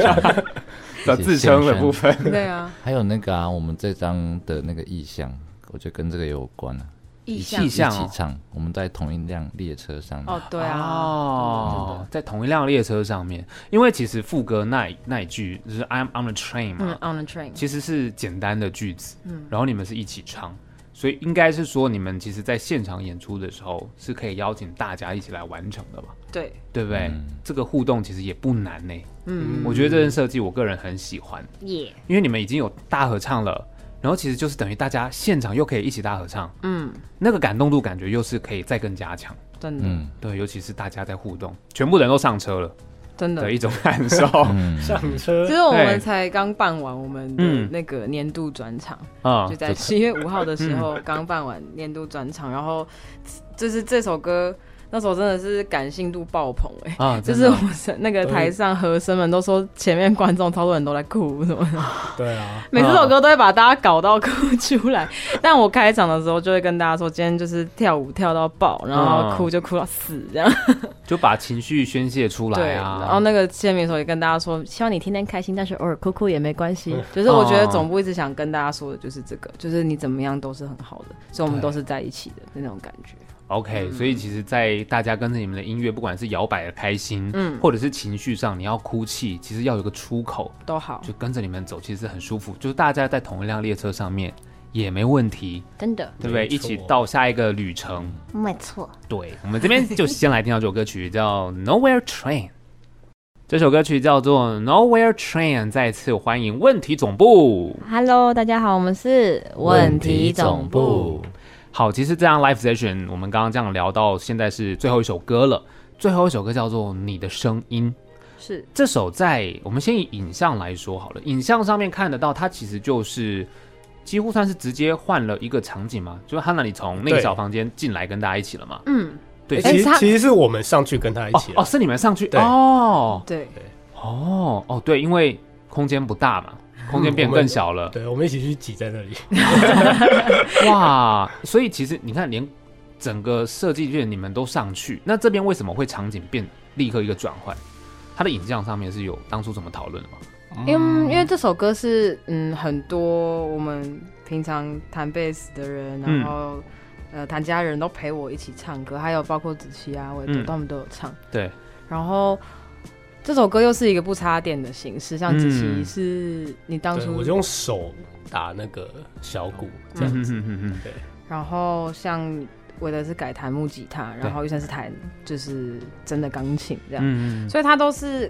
A: 的自称的部分，
C: 对啊，
B: 还有那个啊，我们这张的那个意象，我觉得跟这个也有关啊。
C: 意象
B: 起
A: 意象
B: 一
A: 哦
B: 起唱，我们在同一辆列车上。
C: 哦，对啊，
A: 哦，在同一辆列车上面，因为其实副歌那一那一句就是 I'm on the train 嘛，
C: 嗯，On the Train，
A: 其实是简单的句子，
C: 嗯
A: 然后你们是一起唱，所以应该是说你们其实在现场演出的时候是可以邀请大家一起来完成的吧，
C: 对，
A: 对不对？这个互动其实也不难呢、
C: 嗯，
A: 我觉得这件设计我个人很喜欢，
E: 耶，
A: 因为你们已经有大合唱了，然后其实就是等于大家现场又可以一起大合唱，
C: 嗯，
A: 那个感动度感觉又是可以再更加强。
C: 真的，
B: 嗯，
A: 对，尤其是大家在互动，全部人都上车了
C: 真的
A: 的一种感
C: *laughs*
A: 受
C: 哦
B: 嗯，
D: 上车
C: 其实我
A: 对
C: 们才刚办完我们的
A: 嗯
C: 那个年度专场，
A: 啊
C: 哦就。在七月五号的时候刚办完年度专场，然后就是这首歌那时候真的是感性度爆棚哎、
A: 啊，
C: 就
A: 真
C: 是
A: 的
C: 我们那个台上和声们都说，前面观众超多人都在哭什么的，
D: 对啊，
C: 每次这首歌都会把大家搞到哭出来。但我开场的时候就会跟大家说，今天就是跳舞跳到爆，然后哭就哭到死这样。
A: 就把情绪宣泄出
C: 对，
A: 来啊。
C: 然后那个签名的时候也跟大家说，希望你天天开心，但是偶尔哭哭也没
A: *laughs*
C: 关系。就是我觉得总部一直想跟大家说的就是这个，就是你怎么样都是很好的，所以我们
A: 对
C: 都是在一起的那种感觉。
D: 嗯
A: OK，、所以其实，在大家跟着你们的音乐，不管是摇摆的开心，嗯，或者是情绪上你要哭泣，其实要有个出口，
C: 都好，
A: 就跟着你们走，其实很舒服。就是大家在同一辆列车上面也没问题，
E: 真的
A: 对不对？
D: 没错嗯
A: 一起到下一个旅程。
E: 没错。
A: 对，我们这边就先来听到这首歌曲，叫《Nowhere Train》。这首歌曲叫做《Nowhere Train》，再次欢迎问题总部。
E: Hello，大家好，我们是问题总部。，
A: 好，其实这张 live session 我们刚刚这样聊到现在是最后一首歌了，最后一首歌叫做《你的声音》。
C: 是
A: 这首在我们先以影像来说好了，影像上面看得到，它其实就是几乎算是直接换了一个场景嘛，就是汉娜你从那个
D: 对
A: 小房间进来跟大家一起了嘛，
C: 嗯，
A: 对，
D: 其
A: 是
D: 实
C: 他
D: 其实是我们上去跟他一
A: 哦哎
D: 起啊
A: 哦
D: 了。
A: 是你们上去
D: 对
A: 哦
C: 对，
A: 哦哦对，因为空间不大嘛，空间变
D: 我们
A: 更小
C: 哦
A: 了，
D: 对，我们一起去挤在那里。
A: 哇，所以其实你看，连整个设计院你们都上去，那这边为什么会场景变立刻一个转换？它的影像上面是有当初怎么讨论的吗？
C: 因为因为这首歌是嗯很多我们平常弹贝斯的人，
A: 嗯
C: 然后。呃，谭家人都陪我一起唱歌，还有包括子琪啊、韦德、
A: 嗯
C: 他们都有唱。
A: 对，
C: 然后这首歌又是一个不插电的形式，像子
A: 嗯
C: 琪是你当
D: 对
C: 初
D: 我就用手打那个小鼓，这样。
A: 嗯哼哼哼
C: 然后像韦德是改弹木吉他，然后玉山是弹就是真的钢琴这样，
A: 嗯，
C: 所以它都是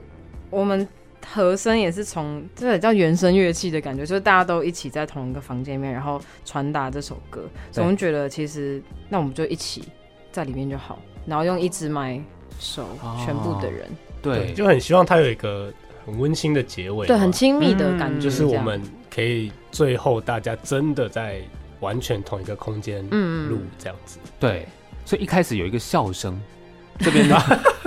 C: 我们和声也是从这个叫原声乐器的感觉，就是大家都一起在同一个房间里面，然后传达这首歌，所以我们觉得其实那我们就一起在里面就好，然后用一支麦熟
A: 哦
C: 全部的人，
A: 对，
D: 就很希望它有一个很温馨的结尾嘛，
C: 对，很亲密的感觉，
D: 嗯就是我
C: 这样
D: 们可以最后大家真的在完全同一个空间
C: 嗯嗯
D: 录这样子，
A: 对，所以一开始有一个笑声，这边呢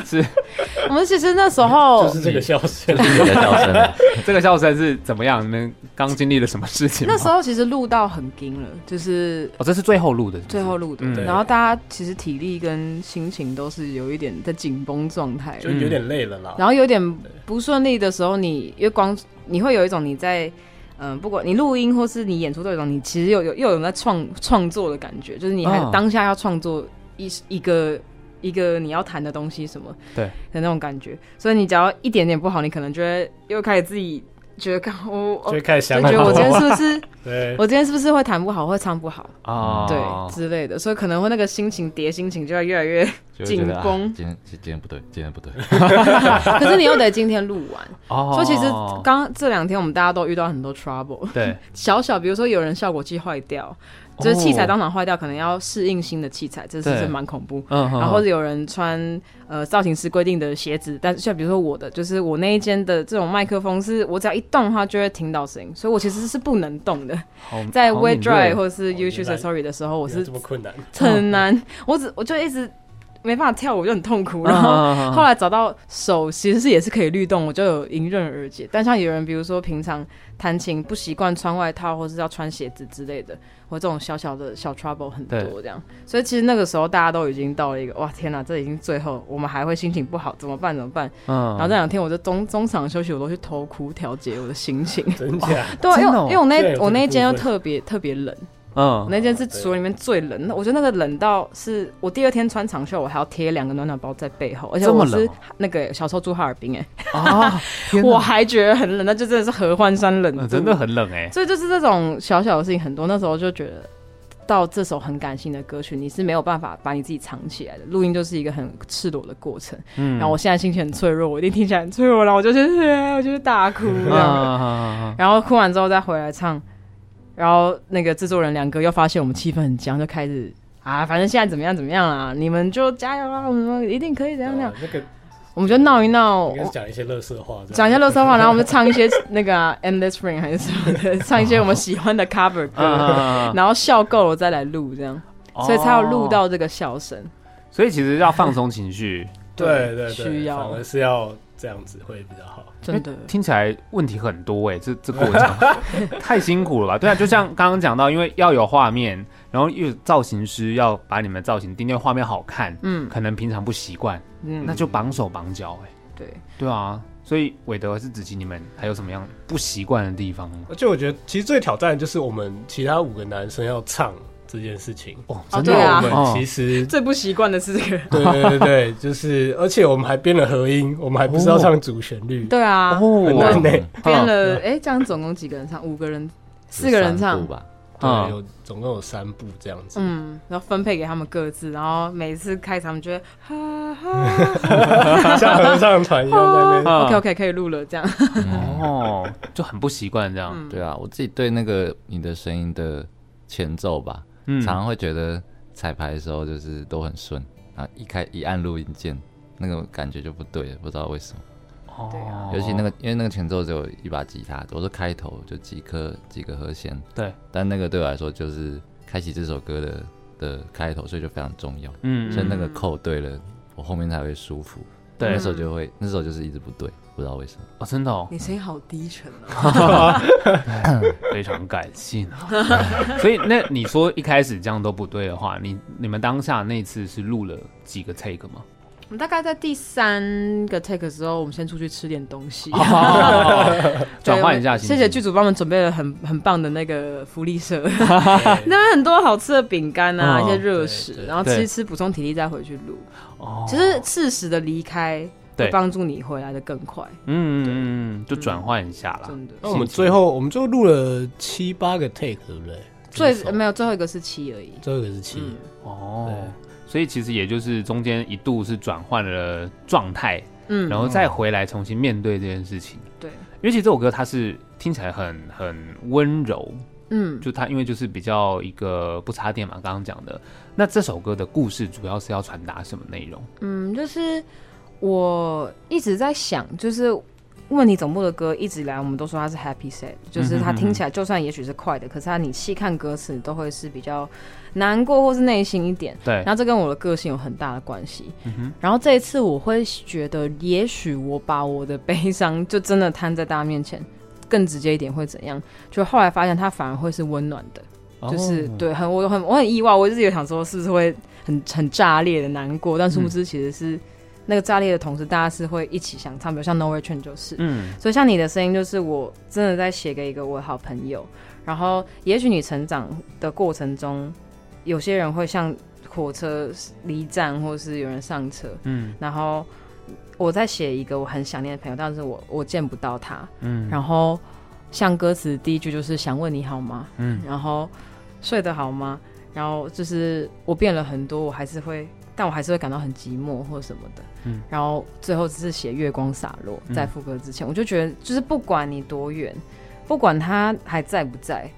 A: 是
C: *laughs* 我们其实那时候
D: 就是这个笑声。
C: 嗯
B: 比较叫
C: *laughs*
B: 声啊，
A: 这个笑声是怎么样？你们刚经历了什么事情吗？
C: 那时候其实录到很惊了，就是
A: 哦，这是最后录的是不是
C: 最后录的，
A: 嗯
D: 对
C: 然后大家其实体力跟心情都是有一点在紧绷状态，
D: *laughs* 就有点累了啦。
C: 然后有点不顺利的时候，你因为光你会有一种你在嗯、呃不管你录音或是你演出都有一种你其实有有又有人在创创作的感觉，就是你还
A: 嗯
C: 当下要创作一一个。一个你要谈的东西什么
A: 对
C: 的那种感觉，所以你只要一点点不好，你可能就会又开始自己觉得，我我
D: 就会开始
C: 就
D: 想
C: 觉得我今天是不是
D: *laughs* 对，
C: 我今天是不是会弹不好，会唱不好，
A: 啊，
C: 嗯对、之类的，所以可能会那个心情叠心情就会越来越，
B: 就会觉得
C: 紧
B: 啊
C: 绷
B: *laughs* 今天今天不对，今天不对，
C: 可是你又得今天录完，
A: 哦，
C: 所以其实刚这两天我们大家都遇到很多 trouble， *laughs*
A: 对，
C: 小小比如说有人效果器坏掉，就是器材当场坏掉，可能要适应新的器材，这是
A: 对
C: 是蛮恐怖。
A: 嗯，
C: 然后或
A: 嗯
C: 者有人穿呃造型师规定的鞋子，但是像比如说我的，就是我那一间的这种麦克风，是我只要一动它就会听到声音，所以我其实是不能动的。
A: 好
C: 在
A: 好
C: w e
A: 敏
C: d Drive
A: 锐
C: 或是
D: 哦
C: YouTube
D: 原来
C: Story 的时候，我
D: 原来
C: 是
D: 这么困难，
C: 很难，我只我就一直没办法跳舞，我就很痛苦。
A: 嗯
C: 然后
A: 嗯嗯嗯
C: 后来找到手其实是也是可以律动，我就有迎刃而解。但像有人比如说平常弹琴不习惯穿外套，或是要穿鞋子之类的，我这种小小的小 trouble 很多这样。所以其实那个时候大家都已经到了一个哇天哪，这已经最后，我们还会心情不好，怎么办怎么办？
A: 嗯，
C: 然后这两天我就中中场休息，我都去偷哭调节我的心情。
D: 真假？
C: 对，因
A: 真
C: 为
A: 的哦
C: 因为我
D: 这个有
C: 那
D: 这个
C: 我那一间
D: 部
C: 又
D: 分
C: 特别特别冷。我
A: 嗯，
C: 那件是所有里面最冷的，我觉得那个冷到是我第二天穿长袖，我还要贴两个暖暖包在背后，而且
A: 这么
C: 我
A: 冷
C: 是
A: 哦
C: 那个小时候住哈尔滨、欸，
A: 啊，天哪
C: 我还觉得很冷，那就真的是合欢山冷、
A: 嗯真的，很冷哎，
C: 所以就是这种小小的事情很多，那时候就觉得。到这首很感性的歌曲，你是没有办法把你自己藏起来的。录音就是一个很赤裸的过程。
A: 嗯
C: 然后我现在心情很脆弱，我一定听起来很脆弱，然后我就是、 *laughs* 我就是大哭 *laughs* 这样。
A: 啊，
C: 然后哭完之后再回来唱，然后那个制作人两哥又发现我们气氛很僵，就开始啊，反正现在怎么样怎么样啦，你们就加油啊，我们一定可以怎样怎样
D: 哦，那个
C: 我们就闹一闹
D: 应，该是讲一些乐色话，
C: 讲一下乐色话，然后我们就唱一些那个、啊《Endless *laughs* Spring》还是什么的，唱一些我们喜欢的 cover
D: *laughs* 啊
C: 歌，
A: 嗯
C: 然后笑够了再来录这样，所以才有录，
A: 哦
C: 到这个笑声。
A: 所以其实要放松情绪，
D: 对对对，
C: 需要
D: 反而是要这样子会比较好。
C: 真
D: *laughs*
C: 的，
A: 听起来问题很多哎、这这过程
C: *laughs*
A: 太辛苦了吧？对啊，就像刚刚讲到，因为要有画面，然后又有造型师要把你们的造型定定画面好看，
C: 嗯
A: 可能平常不习惯，
C: 嗯，
A: 那就绑手绑脚哎、
C: 对，
A: 对啊，所以韦德是子琪，你们还有什么样不习惯的地方吗？
D: 而且我觉得其实最挑战的就是我们其他五个男生要唱这件事情，
A: 哦，
C: 哦
A: 真
C: 对
A: 的
C: 啊
D: 我们其
A: 哦
D: 实
C: 最不习惯的是
D: *laughs*
C: 这个，
D: 对对对对，就是而且我们还编了合音，我们还不是要唱主旋律，
C: *laughs* 对啊，
D: 很
A: 哦
D: 难呢。
C: 编
D: 啊
C: 了哎，这样总共几个人唱？五个人，四个人
B: 三
C: 唱
B: 部。吧，
A: 嗯
D: 对，有总共有三部这样子。
C: 嗯，然后分配给他们各自，然后每次开场就会哈哈
D: 像合唱团一样在那边。
A: 嗯
C: ，OK OK 可以录了这样，
A: 哦，就很不习惯这样，
C: 嗯，
B: 对啊，我自己对那个你的声音的前奏吧，
A: 嗯，
B: 常常会觉得彩排的时候就是都很顺，然后一开一按录音键，那个感觉就不对了，不知道为什么。
C: 对啊
A: 哦，
B: 尤其那个因为那个前奏只有一把吉他，我是开头就几颗几个和弦，
A: 对，
B: 但那个对我来说就是开启这首歌的的开头，所以就非常重要。
A: 嗯，
B: 所以那个扣对了，我后面才会舒服。
A: 对
B: 那时候就会，那时候就是一直不对，不知道为什么。
A: 哦，真的哦，
C: *laughs* 你声音好低沉哦，
A: 非常感性啊。 *laughs* 所以，那你说一开始这样都不对的话，你你们当下那次是录了几个 take 吗？
C: 我们 *laughs* 大概在第三个 take 的时候，我们先出去吃点东西， *laughs* 对
A: 哦转换一下心
C: 谢
A: 情，
C: 谢剧组帮我们准备了很很棒的那个福利社， *laughs* 那边很多好吃的饼干啊，
A: 嗯
C: 一些热食，
D: 对
C: 然后
A: 对
C: 吃一吃补充体力再回去录。
A: 哦
C: 其实适时的离开
A: 对
C: 会帮助你回来的更快，
A: 嗯嗯嗯，就转换一下啦。哦
C: 真的。
D: 那我们最后我们就录了七八个 take，对不对？
C: 最嗯
D: 这首
C: 没有最后一个是七而已，
D: 最后一个是七，
C: 嗯，
A: 哦，所以其实也就是中间一度是转换了状态，
C: 嗯
A: 然后再回来重新面对这件事情。
C: 对，
A: 因为其实这首歌它是听起来很很温柔，
C: 嗯，
A: 就它因为就是比较一个不插电嘛，刚刚讲的。那这首歌的故事主要是要传达什么内容？
C: 嗯，就是我一直在想，就是问题总部的歌一直以来我们都说它是 happy sad，就是它听起来就算也许是快的，可是它你细看歌词都会是比较难过或是内心一点。
A: 对
C: 然，后这跟我的个性有很大的关系。然后这一次我会觉得，也许我把我的悲伤就真的摊在大家面前，更直接一点会怎样？就后来发现它反而会是温暖的。就是
A: 哦，
C: 对，很我很我很意外，我一直有想说是不是会很很炸裂的难过，但殊不
A: 嗯
C: 知其实是、那个炸裂的同时，大家是会一起想唱，比如像 Nowhere Train 就是，
A: 嗯，
C: 所以像你的声音，就是我真的在写给一个我的好朋友。然后，也许你成长的过程中，有些人会像火车离站，或是有人上车，
A: 嗯，
C: 然后我在写一个我很想念的朋友，但是我我见不到他，嗯，然后像歌词第一句就是想问你好吗，
A: 嗯，
C: 然后睡得好吗，然后就是我变了很多，我还是会，但我还是会感到很寂寞或什么的，
A: 嗯，
C: 然后最后只是写月光洒落
A: 嗯
C: 在副歌之前，我就觉得就是不管你多远，不管他还在不在，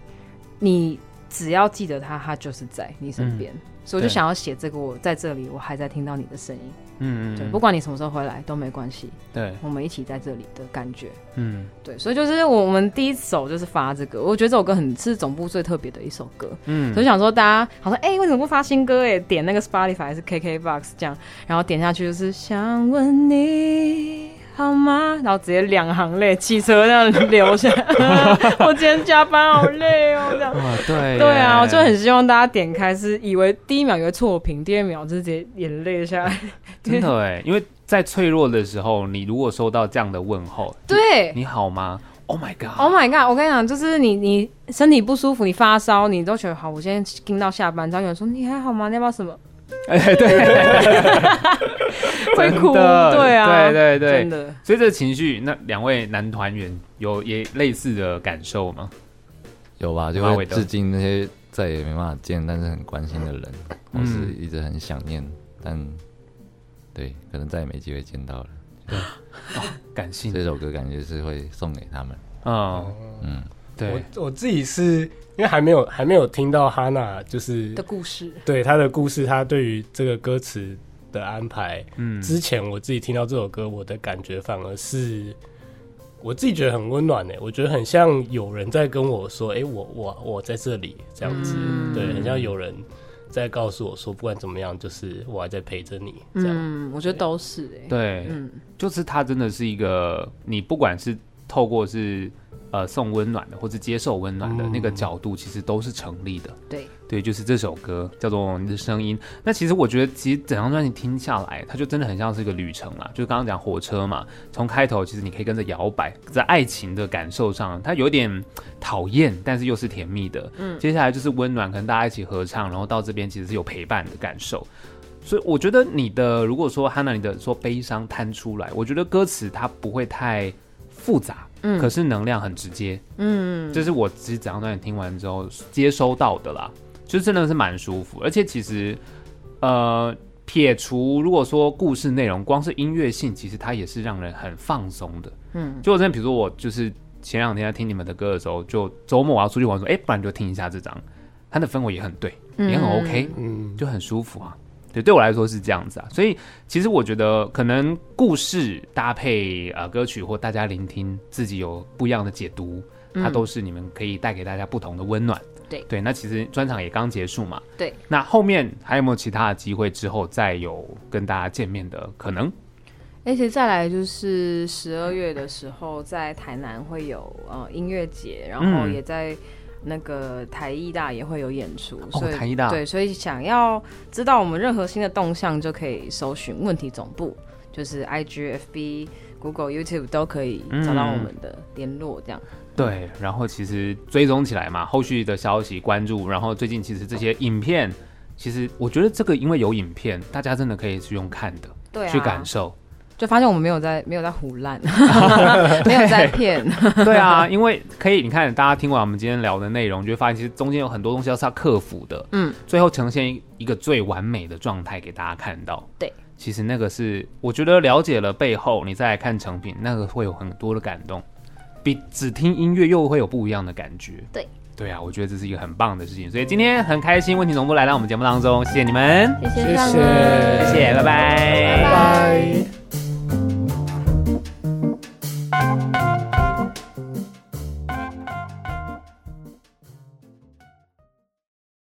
C: 你只要记得他，他就是在你身
A: 嗯
C: 边。所以我就
A: 对
C: 想要写这个，我在这里，我还在听到你的声音。
A: 嗯
C: 对，不管你什么时候回来都没关系，
A: 对，
C: 我们一起在这里的感觉。
A: 嗯
C: 对，所以就是我们第一首就是发这个，我觉得这首歌很是总部最特别的一首歌，
A: 嗯，
C: 所以想说大家好像哎、为什么不发新歌哎、点那个 Spotify 还是 KKBox 这样，然后点下去就是想问你好吗，然后直接两行泪，汽车这样流下来，我今天加班好累哦
A: *laughs*
C: 这样。
A: 哇，对耶，
C: 对啊，我就很希望大家点开是以为第一秒以为错评，第二秒就是直接眼泪下来。
A: 真的哎， *laughs* 因为在脆弱的时候，你如果收到这样的问候，
C: 对，
A: 你好吗？Oh my god！
C: Oh my god！我跟你讲，就是你你身体不舒服，你发烧，你都觉得好，我今天盯到下班，然后有人说你还好吗？你要不要什么？
A: 哎， *laughs* 对，
C: *laughs* 会哭，
A: 真的
C: 对啊，
A: 对对
C: 真
A: 对。
C: 的。
A: 所以这情绪，那两位男团员有也类似的感受吗？
B: 有吧？就
A: 蛮
B: 会
A: 伟大
B: 致敬那些再也没办法见但是很关心的人，
A: 嗯
B: 或是一直很想念，但对，可能再也没机会见到了。
A: 感性，
B: 这首歌感觉是会送给他们，
A: 嗯，
B: 嗯，
A: 对，
D: 我我自己是因为还没有还没有听到哈娜就是
C: 的故事，
D: 对她的故事，她对于这个歌词的安排。
A: 嗯，
D: 之前我自己听到这首歌，我的感觉反而是我自己觉得很温暖呢、欸我觉得很像有人在跟我说：“哎、我我我在这里。”这样子，
C: 嗯
D: 对，很像有人在告诉我说，不管怎么样，就是我还在陪着你。这样，
C: 嗯，我觉得都是哎、
A: 对，
C: 嗯，
A: 就是它真的是一个，你不管是透过是呃送温暖的，或是接受温暖的
D: 嗯
A: 那个角度，其实都是成立的。
C: 对，
A: 对，就是这首歌叫做《你的声音》。那其实我觉得，其实整张专辑听下来，它就真的很像是一个旅程啦。就是刚刚讲火车嘛，从开头其实你可以跟着摇摆，在爱情的感受上，它有点讨厌，但是又是甜蜜的。嗯，接下来就是温暖，可能大家一起合唱，然后到这边其实是有陪伴的感受。所以我觉得你的，如果说汉娜你的说悲伤摊出来，我觉得歌词它不会太复杂，
C: 嗯
A: 可是能量很直接，
C: 嗯，
A: 这是我其实整张专辑听完之后接收到的啦，就真的是蛮舒服。而且其实，呃，撇除如果说故事内容，光是音乐性，其实它也是让人很放松的。
C: 嗯，
A: 就我真的，比如说我就是前两天在听你们的歌的时候，就周末我要出去玩，说，哎、不然就听一下这张，它的氛围也很对，也很 OK，、
D: 嗯，
A: 就很舒服啊。对，对我来说是这样子啊，所以其实我觉得可能故事搭配呃歌曲或大家聆听自己有不一样的解读，它都是你们可以带给大家不同的温暖。
C: 嗯对
A: 对，那其实专场也刚结束嘛，
C: 对，
A: 那后面还有没有其他的机会之后再有跟大家见面的可能？
C: 而且再来就是十二月的时候，在台南会有呃音乐节，然后
A: 嗯
C: 也在那个台艺大也会有演出，
A: 哦
C: 所以
A: 台艺大
C: 对，所以想要知道我们任何新的动向，就可以搜寻问题总部，就是 I G F B、Google、YouTube 都可以找
A: 嗯
C: 到我们的联络，这样。
A: 对，然后其实追踪起来嘛，后续的消息关注，然后最近其实这些影片，其实我觉得这个因为有影片，大家真的可以去用看的，
C: 对啊，
A: 去感受。
C: 就发现我们没有在没有在
A: *laughs*
C: 胡乱，没有在骗，
A: 对啊，因为可以，你看大家听完我们今天聊的内容，就会发现其实中间有很多东西要是要克服的，
C: 嗯，
A: 最后呈现一个最完美的状态给大家看到。
C: 对，
A: 其实那个是我觉得了解了背后，你再来看成品，那个会有很多的感动，比只听音乐又会有不一样的感觉。
D: 对
A: 对啊，我觉得这是一个很棒的事情，所以今天很开心，问题总部来到我们节目当中，谢谢你们，
E: 谢
D: 谢
E: 谢上
D: 谢
E: 恩。
A: 谢谢，拜拜
D: 拜拜。